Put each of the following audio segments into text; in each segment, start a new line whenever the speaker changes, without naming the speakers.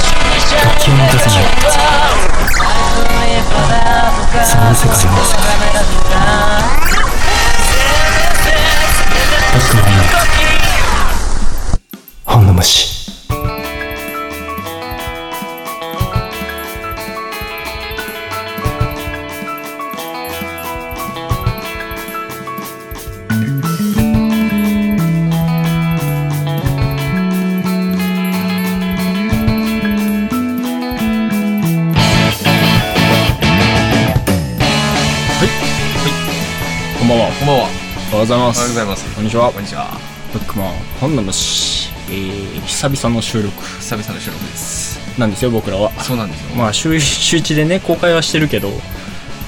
きを満たせないそんな世界をバックマンの本の虫
こんばんは。
こんばん
お
は。
はようございま
おはようござい
す。
ます。
こんにちは。
こんにちは。
ブックマン、本の虫。えー、久々の収録
久々の収録です。
なんですよ、僕らは。
そうなんですよ。
まあ、週、週一でね、公開はしてるけど、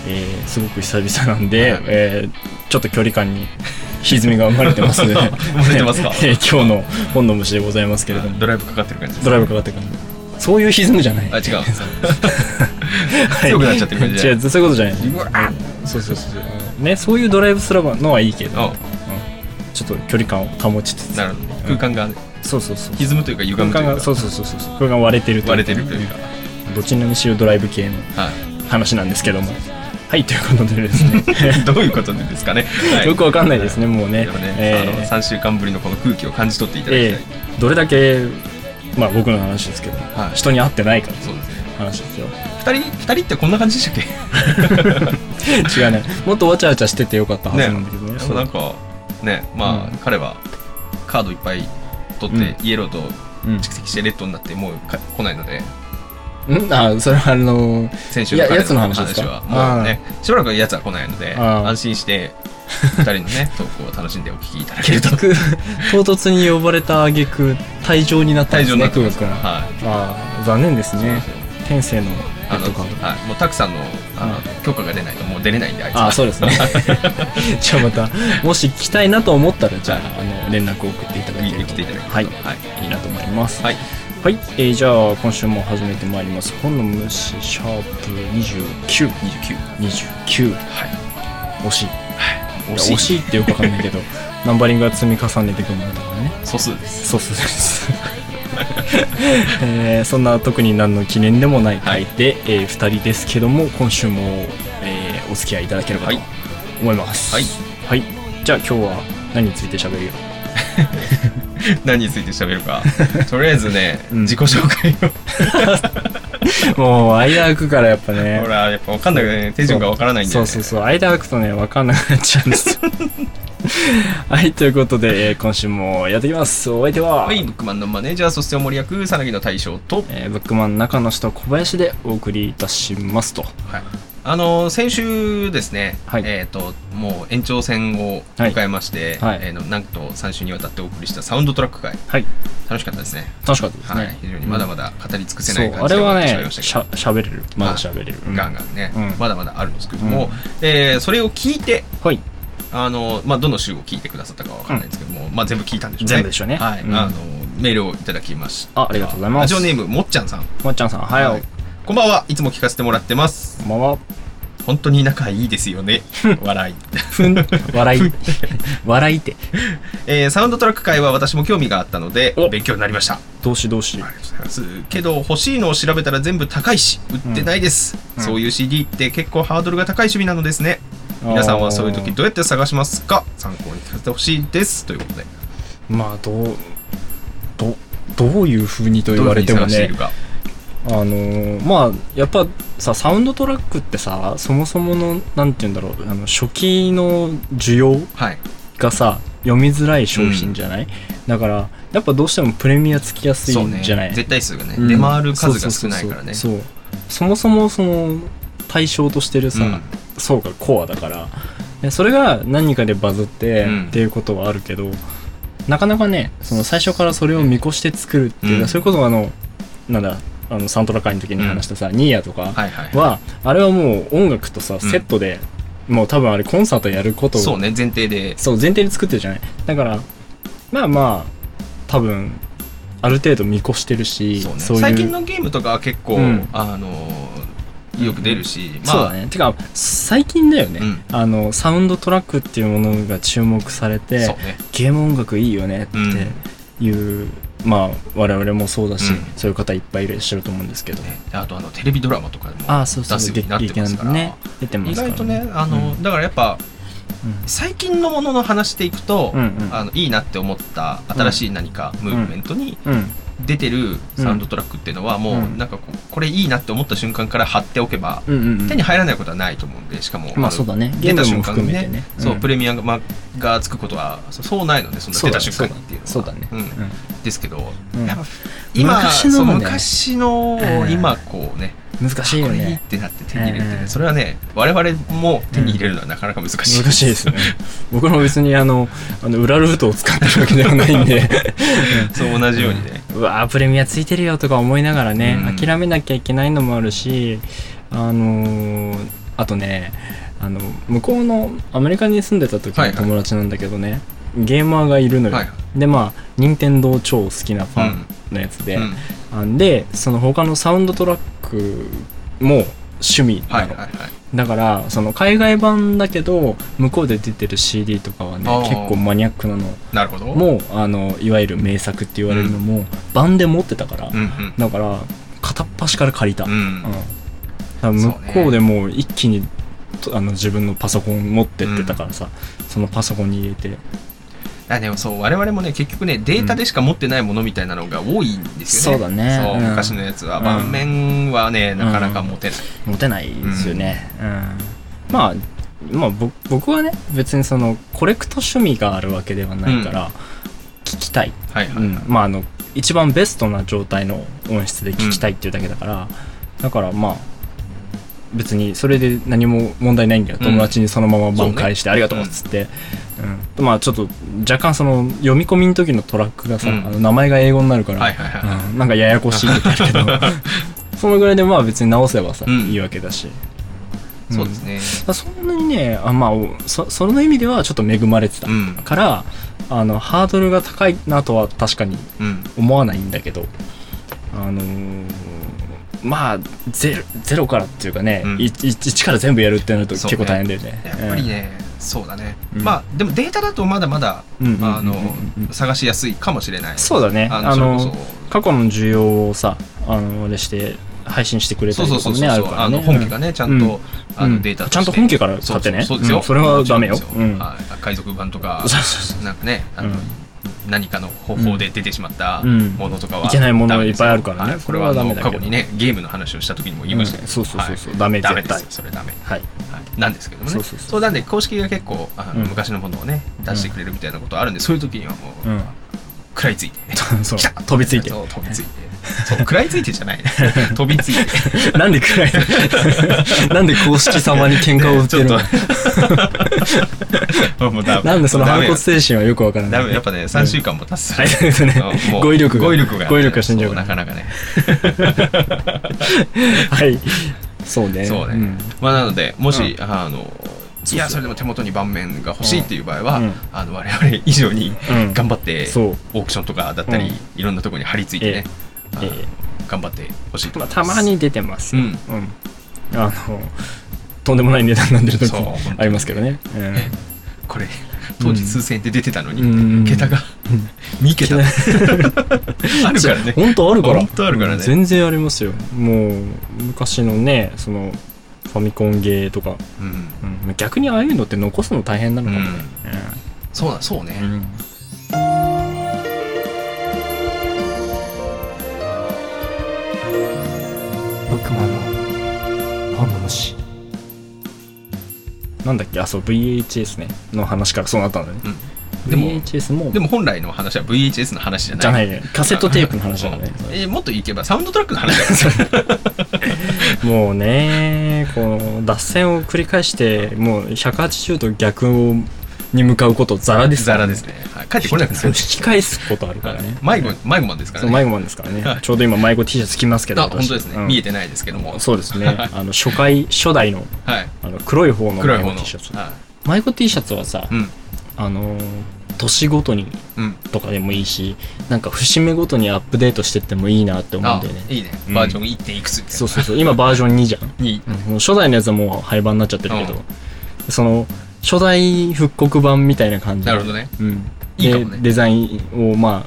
えー、すごく久々なんで、
はい
えー、ちょっと距離感に歪み が生まれてますね。
生まれてますか
えー今日の本の虫でございますけれども、
ドライブかかってる感じです。
ドライブかかってくるそういう歪むじゃない。
あ、違 う。
はい
強くなっちゃってる感 じ
違う、そういうことじゃない。
うわあ
そうそうそうそう。ね、そういうドライブするのはいいけど、
あ
ちょっと距離感を保ちつつ。
なるほど。空間が
そうそうそう。
歪むというか歪
空
むとい
間
う
が
か、
そうそうそうそう空間が割れてるというか
割れてるというか。
どっちにしろドライブ系の
はい。
話なんですけどもはいということでですね
どういうことですかね。はい
よくわかんないですねもうね
でもね、
え
あの
ー
三週間ぶりのこの空気を感じ取っていただきたい。
えーどれだけまあ僕の話ですけど、
はい
人に会ってないか
そうですね。
ら話ですよ
二人二人ってこんな感じでしたっけ？
違うねもっとわちゃわちゃしててよかったはずなんだけどね
そ
そう
うなんかね、まあ、
うん
彼はカードいっぱい取って、イエローと
うん
蓄積してレッドになってもうか来ないので。
うんあそれはあの
先週
い
の
や
彼
やつの話ですか
はもうねしばらくやつは来ないので
あー
安心して 二人のねトークを楽しんでお聞きいただける
結
と
局唐突に呼ばれた挙句退場になったんで
退場
す
に
ね
なって
久
ま
保
す
君
から
あ
はい
あ残念ですね天性の
あの
とか
はいもうたくさんのあの
うん
許可が出ないともう出れないんであいつ
あ
は
あそうです ねじゃあまたもし来たいなと思ったらじゃああの連絡を送っていただける
来
と
ていただけると
はい
はい
いいなと思います
はい
はい、えーじゃあ今週も始めてまいります本の虫シャープ
29
2929
はい
惜しい惜
はい惜
しい
しい
ってよくわかん ないけどナンバリングが積み重ねていくものだからね
素数です
そうそうそう そう、えーそんな特に何の記念でもない回で、えー、2人ですけども今週も、えーお付き合いいただければと
はい
思います
はい、
はい、じゃあ今日は何について喋る よ
何について喋 るかとりあえずね
うん
自己紹介を
もう間空くからやっぱね
ほらやっぱ分かんなくてね手順が分からないんで
そうそうそう間空くとね分かんなくなっちゃうんです よはいということで、えー今週もやっていきますお相手は、
はいブックマンのマネージャーそしてお守り役さなぎの大将と
えーブックマン中の人小林でお送りいたしますと
はい、あの先週ですね、
はい
えー、ともう延長戦を迎えまして、
はいはい
えーのなんと3週にわたってお送りしたサウンドトラック会
はい
楽しかったですね、
楽しかったです
は
ね、
い、非常にまだまだ語り尽くせ
そ
な
う
い
あ
感じ
れ
で終わ
は
ってしまい
ね
ましたけ
し
ど、
ゃしゃべれるまだしゃべれる、うん
ガンガンね、
うん
まだまだあるんですけども、
うん
えーそれを聞いて
はい
あの、まあ、どの週を聞いてくださったかわからないですけども、まあ、全部聞いたんでしょうね
全部でしょうね
はい
うん
あのメールをいただきました
あありがとうございます
ラジオネームもっちゃんさん
まっちゃんさんはよ、
はいこんばんはいつも聞かせてもらってます
こんばんは
本当に仲いいです よね笑い
ふ ん笑い 笑いって
えーサウンドトラック会は私も興味があったので
お
勉強になりましたあ
どうしどうし
りがとうございますけど欲しいのを調べたら全部高いし売ってないです、
うん
そういう CD って結構ハードルが高い趣味なのですね皆さんはそういう時どうやって探しますか参考にさせてほしいですということで
まあどうどどういうふうにと
ど
言
ういう
わ
ふ
れ
うに
ても
探してい
ね
るか
あのーまあやっぱさサウンドトラックってさそもそものなんて言うんだろうあの初期の需要
はい
がさ読みづらい商品じゃない、だからやっぱどうしてもプレミアつきやす
そ
い
うんね
じゃない、
絶対数がね、
うん
出回る数が少ないからね
そうそうそうそうそもそもその対象としてるさ、
うん
層がコアだからでそれが何かでバズって、
うん
っていうことはあるけどなかなかねその最初からそれを見越して作るっていう、
うん
それこそあのなんだあのサントラ会の時に話したさ、ニーヤとか
はいはい
はあれはもう音楽とさ、
うん
セットでもう多分あれコンサートやることを
そうね前提で
そう前提に作ってるじゃないだからまあまあ多分ある程度見越してるし
そうね
いう
最近のゲームとかは結構、
うん
あのーよく出るし、まあ
そうだねてか最近だよね、
う
あのサウンドトラックっていうものが注目されて
そうね
ゲーム音楽いいよねって
うん
いうまあ我々もそうだし、
うん
そういう方いっぱいいらっしゃると思うんですけど
あとあのテレビドラマとかでも
ああそうそう
出すよう
で
になってますから
劇団ね出てま
意
すから、
外とねあの、
う
だからやっぱ
うん
最近のものの話でいくと、
うんうん
あのいいなって思った新しい何かムーブメントに
うん
出てるサウンドトラックっていうのはもう
うん
なんかこうこれいいなって思った瞬間から貼っておけば
うんうんうん
手に入らないことはないと思うんでしかも
まあそうだねゲ
出
ー
た
ムも
瞬間
含
に
めて
ね
ね
そうプ
レ
レミアムがつくことはそうそうないのでそんな出た瞬間にっていうのは
そうだね
うん
うん
ですけど
うん
やっぱ今
昔
昔
の
の,、
もね
昔のを今こうね、
難しいよ
あこれいいっ
ね
てなって手に入れるってね、
うん
それはね我々も手に入れるのはなかなか難しい、
難しいですよね僕らも別にあのあの裏ルートを使ってるわけではないんで
そう同じようにね、
うわープレミアついてるよとか思いながらね、
うん
諦めなきゃいけないのもあるしあのーあとねあの向こうのアメリカに住んでた時
はい
の
はい
友達なんだけどね、ゲーマーがいるのよ、
はいは
でまあ任天堂超好きなファンのやつで、
うん
あんでその他のサウンドトラックも趣味
は
ないの、
はいはい
だからその海外版だけど向こうで出てる CD とかはね
あー
結構マニアックなの
なるほど
もあのいわゆる名作って言われるのも、版で持ってたから、
うんうん
だから片っ端から借りた、
う
うん
ん
だから向こうでもう一気にとあの自分のパソコン持ってってたからさ、そのパソコンに入れて
あでもそう我々もね結局ねデータでしか持ってないものみたいなのが多いんですよ
そう
ね、
だね
そう
うん
昔のやつは、
うん
盤面はねなかなか持てない、
持てないですよね、うんまあまあぼ僕はね別にそのコレクト趣味があるわけではないから、聞きたい、
はいは
う
い、
ん、まああの一番ベストな状態の音質で聞きたいっていうだけだから、だからまあ別にそれで何も問題ないんだよ、
うん
友達にそのまま挽回して、
そう
ありが
ね
とうっつって、うんまあちょっと若干その読み込みの時のトラックがさ、
うん
あの名前が英語になるから、
はいはいはいはい
うんなんかややこしい時あるけど そのぐらいでまあ別に直せばさ、
うん
いいわけだし、うん
そうですね
だからそんなにねあまあおそその意味ではちょっと恵まれてた、
うん
からあのハードルが高いなとは確かに
うん
思わないんだけどあのーまあゼロゼロからっていうかね、
うん
いい一から全部やるってなると
そう
結
ね
構大変だよね
やっぱりね、そうだね、
うん
まあでもデータだとまだまだ、
うん
あの
うんうんうんうん
探しやすいかもしれない
うんそうだね
あの
あの
それこ
過去の需要をさあのあれして配信してくれ
そ
た
そう
りと
そう
かも
そ
ね
うそう
あるから
あ
ね
の本家がねちゃんと、あ
う
の
ん
データとして
ちゃんと本家から買ってね
そうそうそうですよ、
うんそれはダメよ
もちろんですよ
うん
はい海賊版とか
うんそうそう
なんかねあの、
うん
何かの方法で出てしまった
うん
ものとかは、
いけないものがいっぱいあるからね
はいこれはあ
それはダ
の
メだけど
過去にねゲームの話をした時にも言いましたけど、
うんそうそうそうそう
はい
ダメ絶対
ですよそれダメ
はい
はい、なんですけどもね
そうそうそう
なんで公式が結構あの、
うん
昔のものをね出してくれるみたいなことあるんで、そういう時にはもう、
うん
食らいついて
そう
来た
飛びついて
そう飛びついてそう食らいついてじゃない 飛びついて
なんで暗い なんで公式様に喧嘩を売ってるの
ち ょっともうダメ
なんでその
ダ
反
メ
骨精神はよくわから
ダ
な
メ
い
やっぱね3週間も経つと
はいそうですね
あもう
語彙力が
語彙力が
語彙力が死んじゃう
そ
か
な
ら
かなかね
はいそうね
そうね、
ん
まあなのでもし、あの
そうそう
いやそれでも手元に盤面が欲しいっていう場合は、
うん
あの我々以上に
うん
頑張って、
そう
オークションとかだったり、
うん
いろんなところに張り付いてね、
ええ
あの
ええ
頑張ってほしいと
ま
思
あ、
います、
たまに出てます、
うん
あのとんでもない値段になってる時
そう
ありますけどね、うん
ねこれ当時数千円で出てたのに、
うん
桁が2桁 あるから ね
本当あるから
本当あるからね
全然ありますよもう昔のねそのファミコンゲーとか、
うん
うん逆にああいうのって残すの大変なのかもね、
そうだそうね、
うん
僕もの本の虫
なんだっけあそう VHS ねの話からそうなったんだね、
うんでも
VHS も
でも本来の話は VHS の話じゃない
じゃないねカセットテープの話だね
うんえーもっといけばサウンドトラックの話だから
もうねこの脱線を繰り返してもう180度逆に向かうことザラです
ザ
から
ラ
ね
ですね、はい、帰ってこれなくな
そう
る
引き返すことあるからね
迷子迷子マンですから
そう
ね
迷子マンですからねちょうど今迷子 T シャツ着ますけど
あ本当ですね、見えて
ない
ないですけども
そうですねあの初回初代の
はい
あの黒い方の
黒い
迷
方
子
の
T シャツ
は
迷子 T シャツはさ
いうん
あのー年ごとに
うん
とかでもいいしなんか節目ごとにアップデートしてってもいいなって思うん
あ
だよね
いいね
うん
バージョン 1. いくつみたいな
そうそうそう今バージョン2じゃん
に
うん初代のやつはもう廃盤になっちゃってるけど、
う
その初代復刻版みたいな感じで
なるほどね
うん、
いいかも
で
ね
デザインをま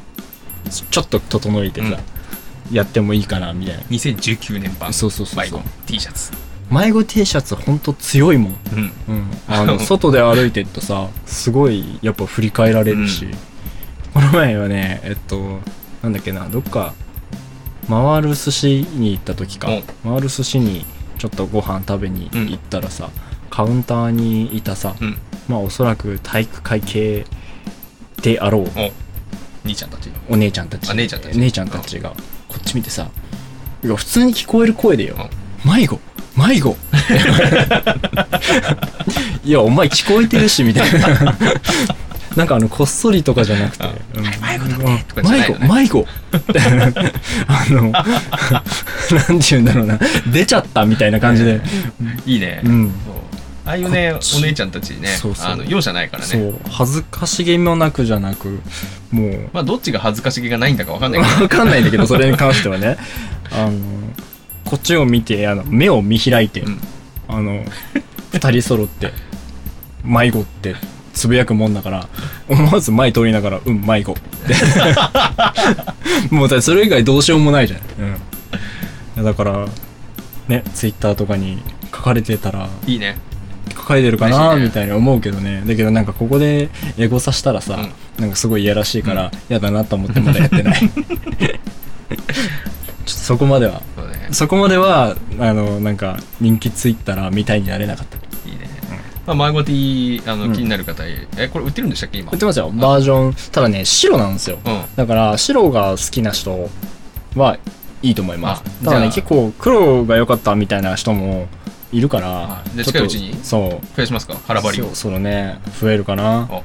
あちょっと整えてさ、やってもいいかなみたいな
2019年版
そうそうそうそう
バイコン T シャツ
迷子 T シャツほんと強いもん、
うん
うん、あ の外で歩いてるとさすごいやっぱ振り返られるし、
うん
この前はねえっとなんだっけなどっか回る寿司に行った時か
うん
回る寿司にちょっとご飯食べに行ったらさ、カウンターにいたさ、
うん
まあおそらく体育会系であろう
お兄ちゃんたち
お姉ちゃんたち
あ姉ちゃんたち
姉ちゃんたちがこっち見てさいや普通に聞こえる声でよ
う
「
ん
迷子迷 子」いやお前聞こえてるしみたい ななんかあのこっそりとかじゃなくて「うん
迷子だねとかじゃな
迷
いの
子
ね
迷 子」あのなんて言うんだろうな出ちゃったみたいな感じで
いいね、
うん
そうああいうね
こっち
お姉ちゃんたちね
そうそう
あの容赦ないから
そ
ね
う恥ずかしげもなくじゃなくもう
まあどっちが恥ずかしげがないんだかわかんないけ ど
わかんないんだけど、それに関してはね。あの、こっちを見て、あの、目を見開いて、
うん
あの、二人揃って、迷子って、つぶやくもんだから、思わず前通りながら、うん、迷子 って。もうだってそれ以外どうしようもないじゃん。うん。だから、ね、ツイッターとかに書かれてたら、
いいね
書かれてるかな
嬉しいね
みたいに思うけどねだけどなんかここでエゴさしたらさ、なんかすごいいやらしいから嫌だなと思ってまだやって ないちょっとそこまでは
そうね
そこまではあのなんか人気ツイッターみたいになれなかった
いいね、まあ、マーゴティーあ
う
の
ん
気になる方、えこれ売ってるんでしたっけ今
言ってますよバージョンただね白なんですよ
うん
だから白が好きな人はいいと思います
あ
ただね
じゃ
結
あ
構黒が良かったみたいな人もいるから
あじゃあ
ちょっと
近いうちに
そう
増やしますか腹張り
そうそのね増えるかな
お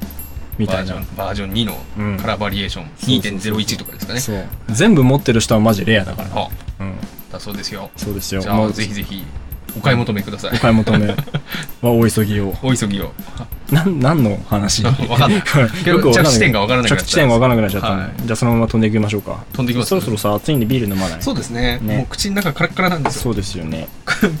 みた
バー
い
ジ
な
ョンバージョン2
うん
のカラーバリエーション
そうそうそう
2.01とかですかね
そう全部持ってる人はマジレアだから、
あ
うん、
だそうですよ
そうですよ
じゃあ、
もう
ぜひぜひお買い求めください
お買い求めはお急ぎを
お急ぎを
なん何の 話
わかんない
よくわかんない
着地点がわからなくなっ
着
ちゃった
地点がわからなくなっちゃったね、
は
じゃあそのまま飛んでいきましょうか
飛んでいきます
そろそろさ暑いんでビール飲まない
そうですね
ね
もう口の中カラッカラなんです
そ
よ
うですよね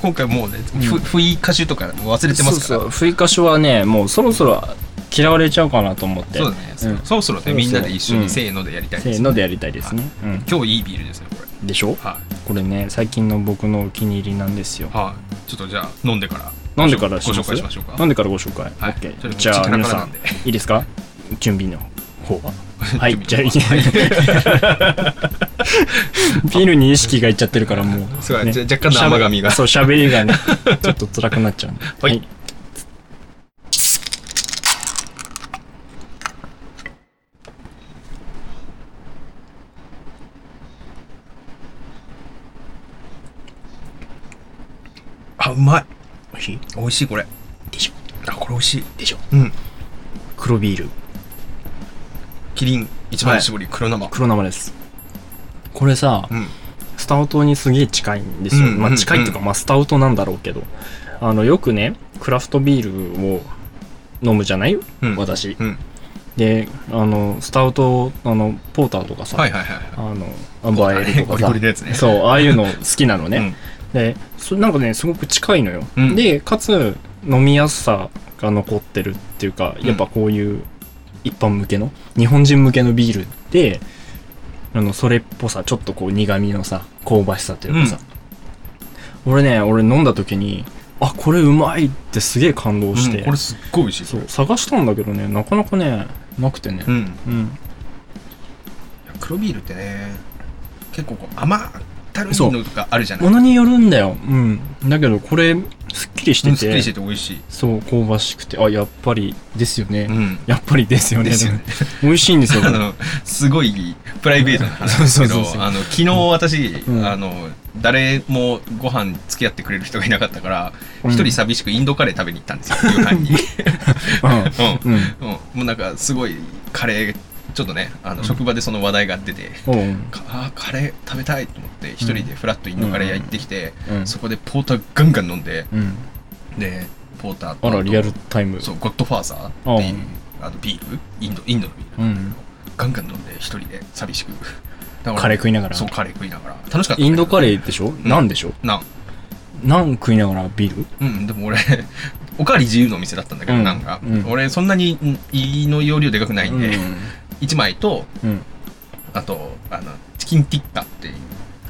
今回もうね
ん
ふ不意歌手とか忘れてますか
そう
ら
そう不意箇所はねもうそろそろ嫌われちゃうかなと思って
そうだね、
うん
そろそろねみんなで一緒
うん
にせーのでやりたい
せ
です、
ーのでやりたいですね、うん
今日いいビールですねこれ
でしょ
はい、
これね最近の僕のお気に入りなんですよ
はい、ちょっとじゃあ飲んでから
飲んでからし
ご
ま
紹
す
介しましょうか
飲んでからご紹介、
はい
オッケ
ちょっ
ー
と
じゃあ
口カラ
皆
カラ
さ
なんんで
いいです か準備の方ははいじゃあ
準備の
ビールに意識がいっちゃってるからもう
そうじゃ若干の甘噛みが
そう喋り がねちょっと辛くなっちゃうんでは
はいあうまい
美味しい
美味しいこれ
でしょ
あこれ美味しい
でしょ
うん
黒ビール
キリン一番搾り黒生、
黒生ですこれさ、
うん
スタウトにすげえ近いんですよ、
うん
ま
う
あ
ん
近いとか、
うん
まあスタウトなんだろうけどあのよくねクラフトビールを飲むじゃない、
うん
私
うん
であのスタウトあのポーターとかさ、
はいはいはいはい
あのアンバーエールとか
ゴリ
さ
ゴリのやつね
そうああいうの好きなのね、
うん
でそなんかねすごく近いのよ、
うん
でかつ飲みやすさが残ってるっていうか
ん
やっぱこういう一般向けの日本人向けのビールってあのそれっぽさちょっとこう苦みのさ香ばしさというかさ、俺ね俺飲んだ時にあこれうまいってすげえ感動して、
うんこれすっごい美味しい
そう探したんだけどねなかなかねなくてね
うんいや
うん、
黒ビールってね結構こう甘ったるいのとかあるじゃない
ものによるんだよ、うん、だけどこれすっきりして
う
て
んすっきりしてて美味しい
そう香ばしくてあやっぱりですよね、
うん
やっぱりですよね
ですよね
でも美味しいんですよ
あのすごいプライベートな話ですけ
そうそうそうそう
どあの昨日私、
ん
あの誰もご飯付き合ってくれる人がいなかったから一、
うん
人寂しくインドカレー食べに行ったんですよ夕飯に、
う
うん
うん
うん、もうなんかすごいカレーちょっとねあの職場でその話題が出て、
おううん
かあーカレー食べたいと思って一人でフラッとインドカレー屋行ってきて、
うん
そこでポーターガンガン飲んで
うん
でポーターと
あらリアルタイム
そうゴッドファーザーっていうあのビールインドインドのビール、
うん
ガンガン飲んで一人で寂しくだから
カレー食いながら
そうカレー食いながら楽しかった
インドカ
レ
レーでしょ、なんでしょ
ーなん
なん食いながらビール
うんでも俺 おかわり自由のお店だったんだけど、
うん
なんか、
うん
俺そんなにん胃の容量でかくないんで、
うん
1枚と
うん
あとあのチキンティッタっていう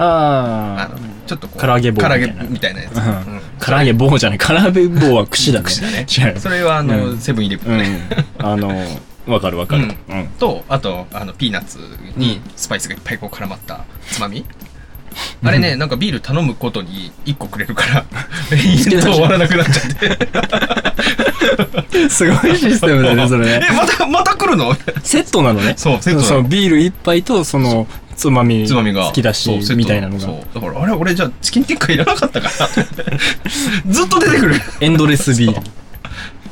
あ
あ
のちょっとこう
唐揚げ棒み
唐
た
揚
いな
げみたいなやつ、
うん
うん
あ。唐揚げ棒じゃない。唐揚げ棒は 串だね。
串だね
違う。
それはあの、
うん
セブンイレブ
う
ンの
ん
ね、。
あの、わかるわかる。うん。
とあとあのピーナッツにスパイスがいっぱいこう絡まったつまみ、あれねなんかビール頼むことに1個くれるから
け
延
なくなっち
々と
ゃう
終わらなくなっちゃって
すごいシステムだね、それね
え。またまた来るの
セットなのね。
そうセットなの
そのビール一杯と、その、つまみ、
つまみが
引き出
そうセッ
し
ト
みたいなの
そう
が。
だからあれ俺じゃあチキンティッカいらなかったから ずっと出てく る
エンドレスビー
そ
ル
う。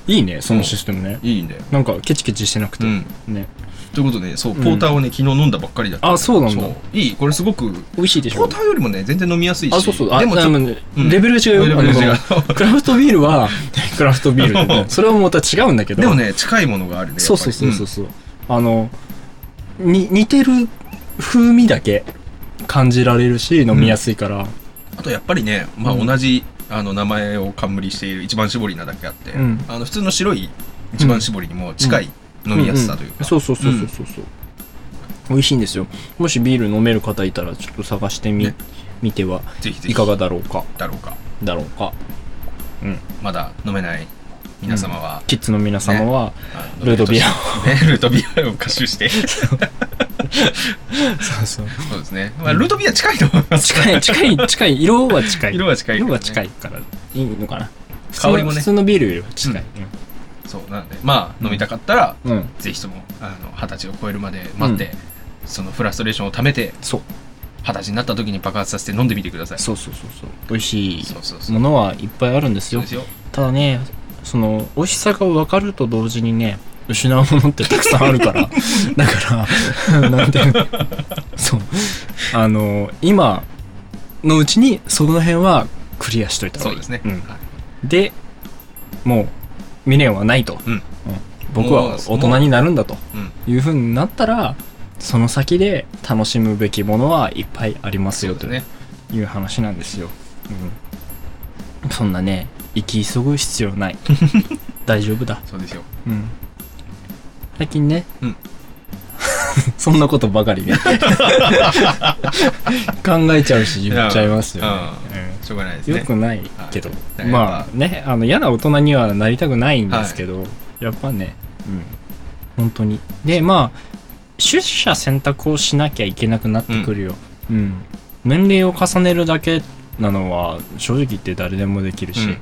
いいね、そのシステムね。
いいね
なんか、ケチケチしてなくて
う。ん
ね。
ということでそうポーターをね、昨日飲んだばっかりだった
あそうなんだ
そういいこれすごく
美味しいでし
ポー
ょ
ターよりもね全然飲みやすいし
あ、そうそう。あ、
で
で
も
も
ちょっと
ね
うん
レベル違う
レ
よ。
ベル違う
あ のクラフトビールは、 クラフトビールでね、それはまた違うんだけど。
でもね近いものがあるねやっぱり
そうそうそうそうそう、あのに似てる風味だけ感じられるし飲みやすいから
あとやっぱりね、まあ、
うん
同じ、あの名前を冠している一番搾りなだけあって、
うん
あの普通の白い一番搾りにも近い飲みやすさというか、
んんそうそうそうそうそうそう美味しいんですよもしビール飲める方いたらちょっと探してみ、
ね
見ては
ぜひぜひ
いかがだろうか
だろうか
だろうか
まだ飲めない皆様は、
キッズの皆様 は、
あの
ルートビア
ねルートビアを歌集し てそ
そうそう
うですね、まあ、ルートビア近いと思います
近い近い近い色は近い
色は近いけど
色
ね、
は近いからいいのかな
香りもね
普通のビールよりは近い、
そうなのでまあ飲みたかったら、
うんうん、
ぜひともあの二十歳を超えるまで待って、そのフラストレーションをためて
そう
二十歳になった時に爆発させて飲んでみてください
そうそうそうそう美味しい
そうそうそう
ものはいっぱいあるんです
そう
よ
ですよ
ただねその美味しさが分かると同時にね失うものってたくさんあるから だからなんていうのそうあの今のうちにその辺はクリアしといた方
そ
が
う
いい
ですね、
ん
はい
でもう未練はないと、
うん
僕は大人になるんだと
うん
いうふうになったらその先で楽しむべきものはいっぱいあります
そう
よ
で
と
す
いう
ね
いう話なんですよ、うん、そんなね生き急ぐ必要ない 大丈夫だ、
そうですよ
うん、最近ね、
うん
そんなことばか りね考えちゃうし言っちゃいますよね、
しょうがないです
うん
ね
よくないけど、
はい
まあねあの嫌な大人にはなりたくないんですけど、やっぱね、うん、本当にでまあ出社選択をしなきゃいけなくなってくるよ、うん年齢を重ねるだけなのは正直言って誰でもできるし、
うん
い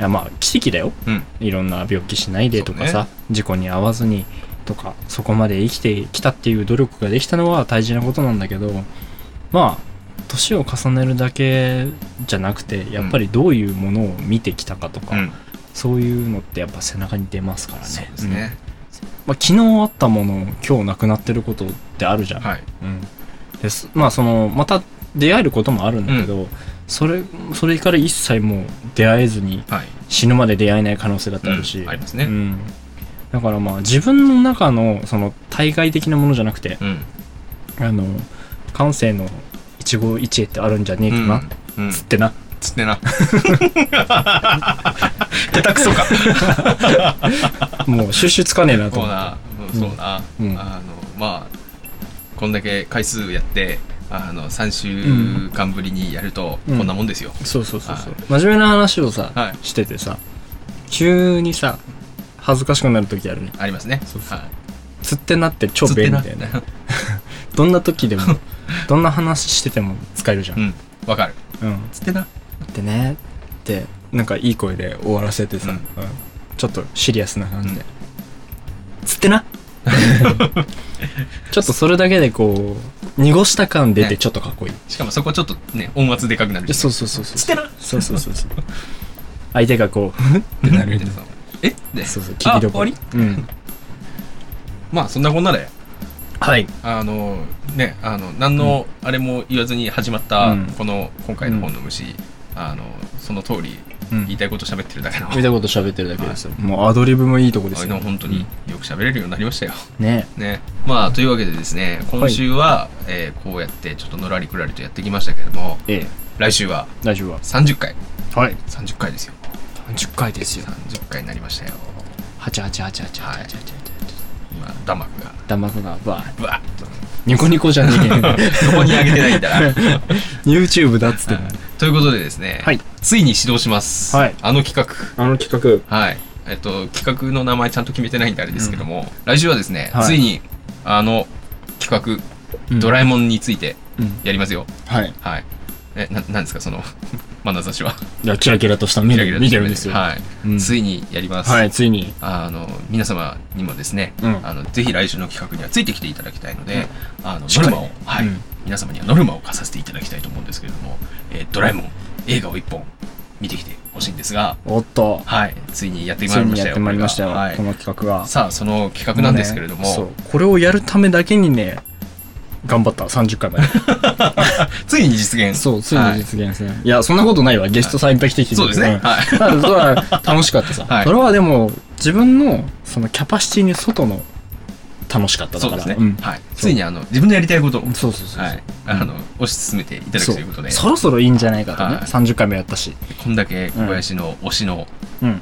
やまあ奇跡だよ
うん
いろんな病気しないでとかさ、事故に遭わずにとかそこまで生きてきたっていう努力ができたのは大事なことなんだけどまあ年を重ねるだけじゃなくてやっぱりどういうものを見てきたかとか、
うん
そういうのってやっぱ背中に出ますからね
そうですね
うんまあ、昨日あったもの今日なくなってることってあるじゃん、
はい
うん、ですまあそのまた出会えることもあるんだけど、それそれから一切もう出会えずに
はい
死ぬまで出会えない可能性だってあるし、
うんあります
う
ね
ん、だからまあ自分の中のその対外的なものじゃなくて
うん
あの感性の一期一会ってあるんじゃねえかな、っ
うん
てな
つってな下手くそか
もう収拾つかねえなと
そう
思っ
なうんそうなあ
うん
のまあこんだけ回数やってあの3週間ぶりにやると
うん
こんなもんですよ
てそうそうそうそう
は
真面目な話をさ、
はい
しててさ急にさ恥ずかしくなる時あるね
ありますね
そうそう
はい
つってなって超
つって
便利
な
だよねどんな時でもどんな話してても使えるじゃ、
うんんわかる
うん、
つってな
でねってなんかいい声で終わらせてさ、
う
う
ん
んちょっとシリアスな感じで「
う
つってな! 」 ちょっとそれだけでこう濁した感出て
ね
ちょっとかっこいい、
しかもそこちょっとね音圧でかくなる
でそうそうそうそう
つってな
そうそうそうそう相手がこう「ふんってなるよね
そうえで
そうそう
あ
聞きど
終
こ
わ
ろ
り
うん
まあそんなこんなで
はい
あのねあの何のあれも言わずに始まった、
うん
この今回の本の虫、あのその通り
うん
言いたいこと喋ってるだけの、
見たこと喋ってるだけですよもうアドリブもいいとこです
あ
よ
の本当によく喋れるようになりましたよ。
ね
ね、まあというわけでですね今週は、えーこうやってちょっとのらりくらりとやってきましたけれども
ええ
来週は
大丈夫は
30回
はい
30回ですよ
10回ですよ
30回になりましたよ
88888888
今ダマクが
弾幕がバーッ
ブワッと
ニコニコじゃねえ
どこにあげてないんだな
YouTube だっつって
ということでですね、
はい
ついに始動します、
はい
あの企画
あの企
はい。えっと、企画の名前ちゃんと決めてないんであれですけども、来週はですね、
はい
ついに、あの、企
画、
画、ドラ
イ
えもんについて
ブ、
やりますよ。
はい
はい。え、な、なんですか、その、 眼差しは。
いやキラキラとした目
キラキ
で
ラ
見てるんですよ
はい、
うん
ついにやります。
はいついに
あの、皆様にもですね、
うん
あの、ぜひ来週の企画にはついてきていただきたいので、あの、
しっ
ノ
か
ル
り
マを、はい、
うん
皆様にはノルマを課させていただきたいと思うんですけれども、えードラえもん、映画を一本見てきてほしいんですが、
おっと
はい、ついにやって
つ
まい
い
りま
に
し
や
た
っ
よ。
てまいりましたよ
これがはい
この企画が
さあその企画なんですけれども、
そうこれをやるためだけにね頑張った30回まで
ついに実 現
そうついに実現する、い、やそんなことないわゲストさんいっぱい来てきて
そうですね、
ん
はい
ただそれは楽しかったさ、
はい
それはでも自分のそのキャパシティに外の楽しかっただ
そう
か
で
ら
すね、
うん
はいついにあの自分のやりたいことを
そうそうそうそう、
はいあの推し進めていただく
そ
ということで
そろそろいいんじゃないかとね、
はい
30回目やったし、
こんだけ小林の推しの
うん、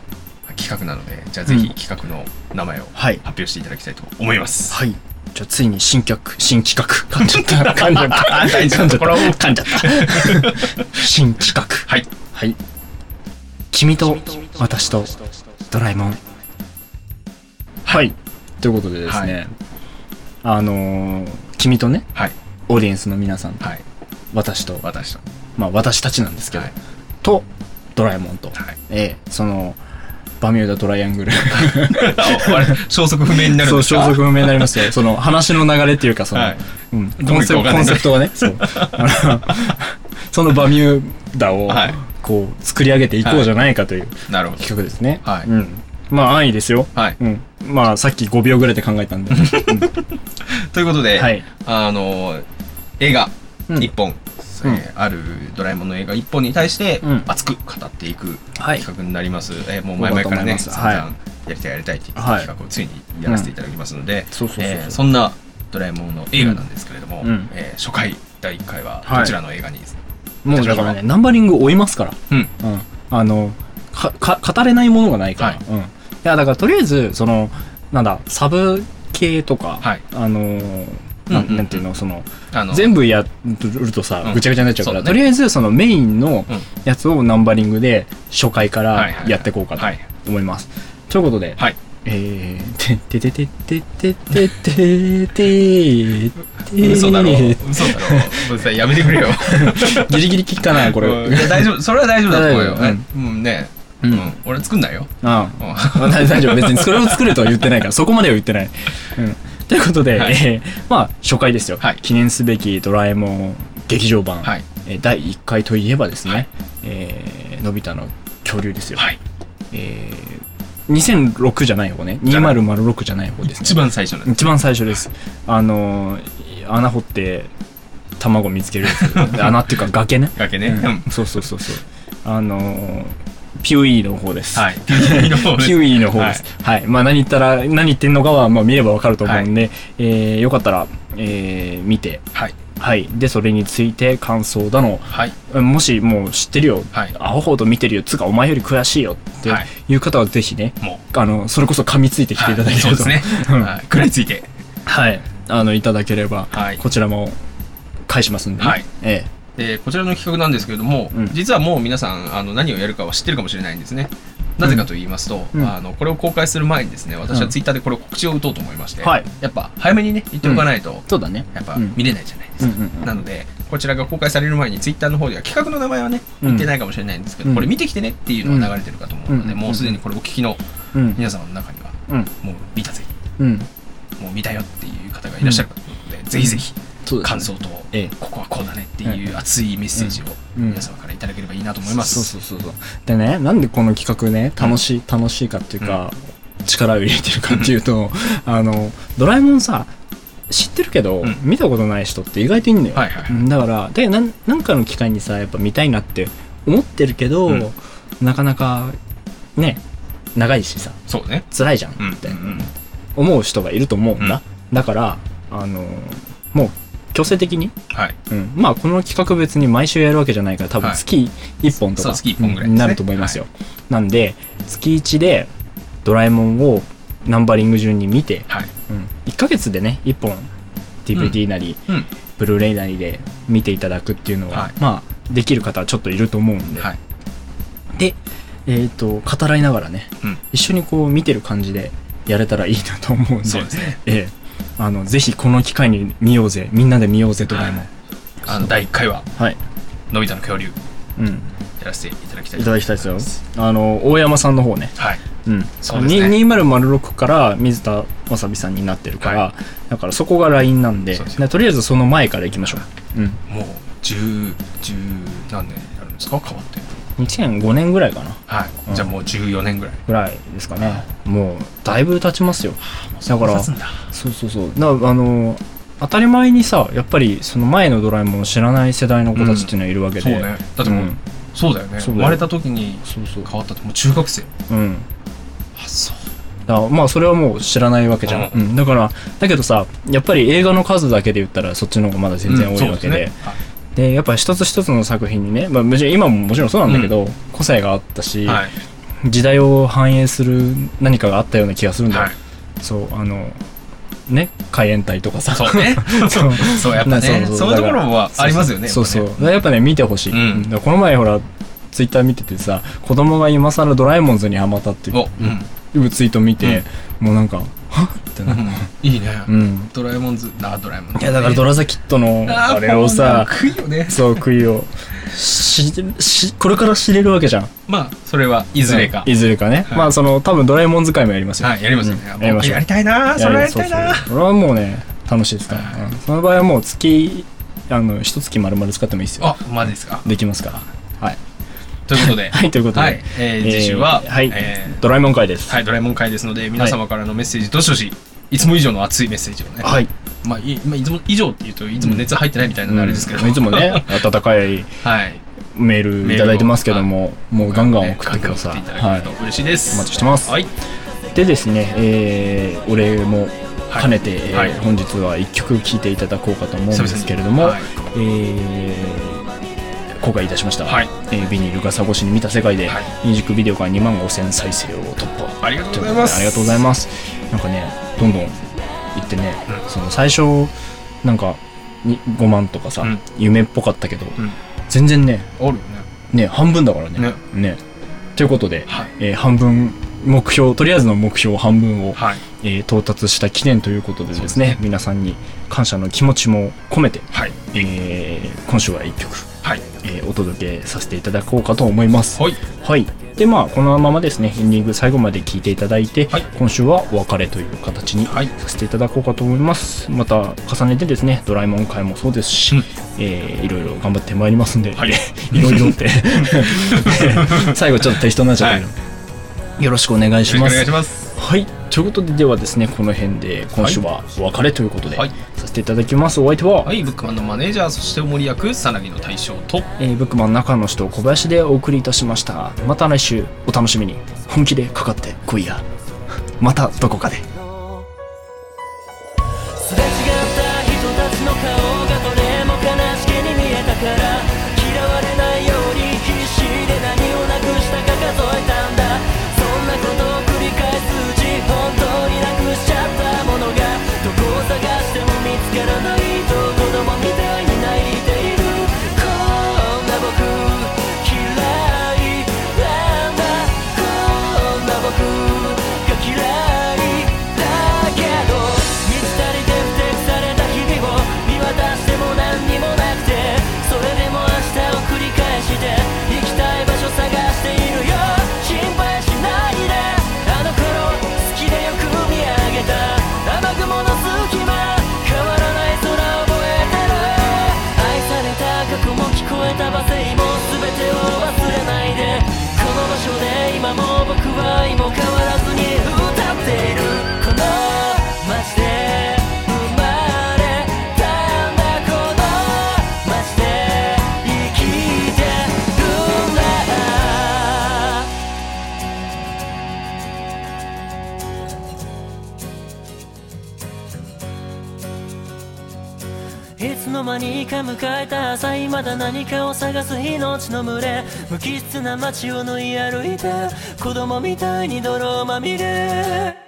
企画なので、じゃあぜひ企画の名前を発
はい
表していただきたいと思います、
はいじゃあついに新企画新企画噛んじゃった 噛んじゃった噛んじゃった
これはもう
噛んじゃった 新企画
はい
はい君と私とドラえもんはいということでですね、
は
あのー君とね
はい
オーディエンスの皆さんと
はい
私と、
私と
まあ、私たちなんですけど、
はい
とドラえもんと、
はい
ええそのバミューダトライアングル
ああれ消息不明になるん
そう
です
消
か
息不明になり ますよその話の流れっていうかその、
はい
うん、
ど
コ
こ
ン
行
セ
くか
プトコ
わかんない
ンセプトがねそうあの そのバミューダを
はい
こう作り上げていこうじゃないかという
なるほど
企画ですね、
はい
うん、まあ安易ですよ、
はい
うん、まあさっき5秒ぐらいで考え たんで、
ということで、
はい
あの映画
うん
一本、
うん
えーあるドラえもんの映画一本に対して
うん
熱く語っていく
はい
企画になります、えーもう前々からね
そう
散
だと思います
々やりたいやりたいって言って
は
た
い
企画をついにやらせていただきますので、
そうそうそうそう
えーそんなドラえもんの映画なんですけれども、
うん
えー初回第1回は
はい
どちらの映画に、
もうだからねナンバリング追いますから
うん
うん、あのかか語れないものがないから、
はい
うん、いやだからとりあえずそのなんだサブ系とか、
はい
あのーな
うんうんうん
なんていうのその
あの
全部やるとさ
うん
ぐちゃぐちゃになっちゃうから、
そうだ
と
ね
りあえずそのメインの
うん
やつをナンバリングで初回か
は
ら
いはいはい
やっていこうかと
はい
思います。ということで、
はい
えー、てててててててててて
嘘だろ嘘だ ろう嘘やめてくれよ
ギリギリ聞くかなこれ。
うんいや大丈夫それは大丈夫だと思うよ、
大丈
えうんね、
うん
うん俺作んないよ、
ああま
うん
あ大大丈夫別にそれを作るとは言ってないからそこまでは言ってない。うん、ということで、
はい
えーまあ初回ですよ、
はい
記念すべき「ドラえもん」劇場版、
はい
えー第1回といえばですね、
はい
えーのび太の恐竜ですよ、
はい
えー2006じゃない方ね
じゃない
2006じゃない方ですね
一番最初の
一番最初ですあのー穴掘って卵見つけるや つ穴っていうか崖ね
崖ね、うん
うん、そうそうそうそうあのーピュイの方です、
はい。ピュイの方です
キウイの方です。はい。まあ何言ったら、何言ってんのかは、まあ見ればわかると思うんで、えーよかったら、えー見て、
はい。
はい。で、それについて感想だの、
はい。
もしもう知ってるよ、
はい
アホほど見てるよ、つうかお前より悔しいよって
はい
いう方はぜひね、
もう。
あの、それこそ噛みついてきていただければ、
はいそうですね。
うん
はい。食らいついて。
はい。あの、いただければ、
はい
こちらも返しますんで、ね
はい
え
で、こちらの企画なんですけれども、
うん
実はもう皆さん、あの、何をやるかは知ってるかもしれないんですね。なぜかと言いますと、
うん
あの、これを公開する前にですね、私
う
は
ん
ツイッターでこれを告知を打とうと思いまして、
はい
やっぱ早めにね、言っておかないと、
えそうだね。
やっぱ
うん
見れないじゃないですか。
うんうんうん
なので、こちらが公開される前に、ツイッターの方では企画の名前はね、
うん
言ってないかもしれないんですけど、
うん
これ見てきてねっていうのが流れてるかと思うので、
うん
もうすでにこれをお聞きの
うん。
皆様の中には、
うん。
もう見たぜ、
うん。
もう見たよっていう方がいらっしゃるかと思うので、ぜひぜひ
そうですね
感想と、
ええ
ここはこうだねっていう熱いメッセージを
うん
皆様からいただければいいなと思います。
そうそうそうそうでねなんでこの企画ね楽しい、楽しいかっていうか、力を入れてるかっていう とあのドラえもんさ知ってるけど、
うん
見たことない人って意外といんのよ、
はいはいはい
うんだからでなんなんかの機会にさやっぱ見たいなって思ってるけど、
うん
なかなかね長いしさ
そうね。
辛いじゃん
うん。う
って
ん
思う人がいると思うんだ、だからあのもう強制的に
はい。
うん、まあこの企画別に毎週やるわけじゃないから多分
はい
月1本とか、
そう月一本ぐらいですね
になると思いますよ、なんで月1で「ドラえもん」をナンバリング順に見て、
はい。
うん、1ヶ月でね1本 DVD なり、
うん
ブルーレイなりで見ていただくっていうのは、
はい
まあできる方はちょっといると思うんで、
はい
で、えっと語らいながらね、
うん
一緒にこう見てる感じでやれたらいいなと思うんで
そうですね
ええあのぜひこの機会に見ようぜみんなで見ようぜとかも
あの第1回は
はい、
のび太の恐竜
うん、
やらせていただきたい
いた
と思
だ
い
きたいですよ
ます
あの大山さんの方ね
はい
うん、
そうですね
に2006から水田わさびさんになってるから、
は
だからそこが LINE なんで
そうですよ
でとりあえずその前からいきましょう、うん、
もう10 10何年あるんですか変わって
2005年ぐらいかな
はい、
うん
じゃあもう14年ぐらい
ぐらいですかねもうだいぶ経ちますよだから
経つんだ
そうそうそうだあの当たり前にさやっぱりその前の「ドラえもん」を知らない世代の子たちっていうのはいるわけ
そう
で、
ねだってもう、
うん
そうだよね
そうだよ
生まれた時に
そうそう
変わったってもう中学生
うん
あそう
だからまあそれはもう知らないわけじゃん、
う
うんだからだけどさやっぱり映画の数だけで言ったらそっちの方がまだ全然多いわけで、でやっぱ一つ一つの作品にね、まあ、もちろん今ももちろんそうなんだけど、個性があったし、
はい、
時代を反映する何かがあったような気がするんだよ、
はい、
そうあのね海援隊とかさ
そうね
そう
そうやっぱね
な
そう
そう
いうところはありますよね
そうそう
や
だ
っ
からやっぱね見てほしい、
うん
だからこの前ほらツイッター見ててさ子供が今更ドラえもんズにハマったってい
ぱね
う、
お、うん
いうツイート見て、もうなんかはっってな
うんいいね、
うん
ドラえもんずあドラえもん
いやだからドラザキットのあれをさ
食いよね
そう食いをししこれから知れるわけじゃん
まあそれはいずれか、
いずれかね、
はい
まあその多分ドラえもん使いもやりますよ
はいやりますよね
うん、
あ
やりましょう
やりたいなそれはやり
そう
た
そう
いな
これはもうね楽しいですから、うんその場合はもう月あの一月丸々使ってもいいですよ
あマジですか
できますからはい
ということ で
はいということで、
はいえー次週は
えーはい
えー
ドラえもん会です
はい、ドラえもん会ですので、皆様からのメッセージ、どしどし、いつも以上の熱いメッセージをね、
はい、
まあ、いまあいつも以上っていうと、いつも熱入ってないみたいなの
うん
あれですけど、
いつも ね温かい
はい、
メールいただいてますけどももうガンガン送ってください、
ガ
は
ンガン送っていただける
い
と嬉しいです。
お待ちしてます
はい、
でですね、えーお礼も兼ねて、えー
はい
本日は1曲聴いていただこうかと思うんですけれども、
はい
えー後悔いたしました、
はい
えービニール傘越しに見た世界で、
はい
ミュージックビデオが2万5000再生を突破
ありがとうございます
ありがとうございますなんかねどんどんいってね、
うん
その最初なんかに5万とかさ、
うん
夢っぽかったけど、
ん
全然ね
おるよね。
ね半分だからね
ね
ねということで、
はい、
えー半分目標とりあえずの目標半分を、
はい、
えー到達した記念ということでですね
そうですね
皆さんに感謝の気持ちも込めて、
はい、
えー今週は1曲、
はい、
えーお届けさせていただこうかと思います
はい、
はいでまあこのままですねエンディング最後まで聴いていただいて、
はい
今週はお別れという形に
はい
させていただこうかと思いますまた重ねてですね「ドラえもん会」もそうですし、
うん
えーいろいろ頑張ってまいりますんで、
はい
いろいろって 最後ちょっと適当になっちゃったけど、よろしくお願い
よ
し
ろしくお
ま
願い
す
します。
はい、ということでではですねこの辺で今週はお別れということで、
はい
させていただきますお相手は、
はい、ブックマンのマネージャー、そしてお守り役、さなぎの大将と、
えーブックマン中の人小林でお送りいたしましたまた来週お楽しみに本気でかかってこいやまたどこかで
すれ違った人たちの顔がどれも悲しげに見えたから嫌われないように必死で何をなくしたか数えたんだそんなことを繰り返すうち本当になくしちゃったものがどこを探しても見つからないと子供みたいに泣いているこんな僕嫌いなんだこんな僕が嫌いだけど満ち足りて不適された日々を見渡しても何にもなくてそれでも明日を繰り返して行きたい場所探しているよ心配しないであの頃好きでよく見上げた雨雲の隙間変わらない空覚えてる愛された過去も聞こえた罵声も全てを忘れないでこの場所で今も僕は今も変わらずに歌っているこの街で生まれたんだこの街で生きてるんだいつの間にか迎えた朝いまだ何かを探す命の群れ無機質な街を縫い歩いて子供みたいに泥まみれ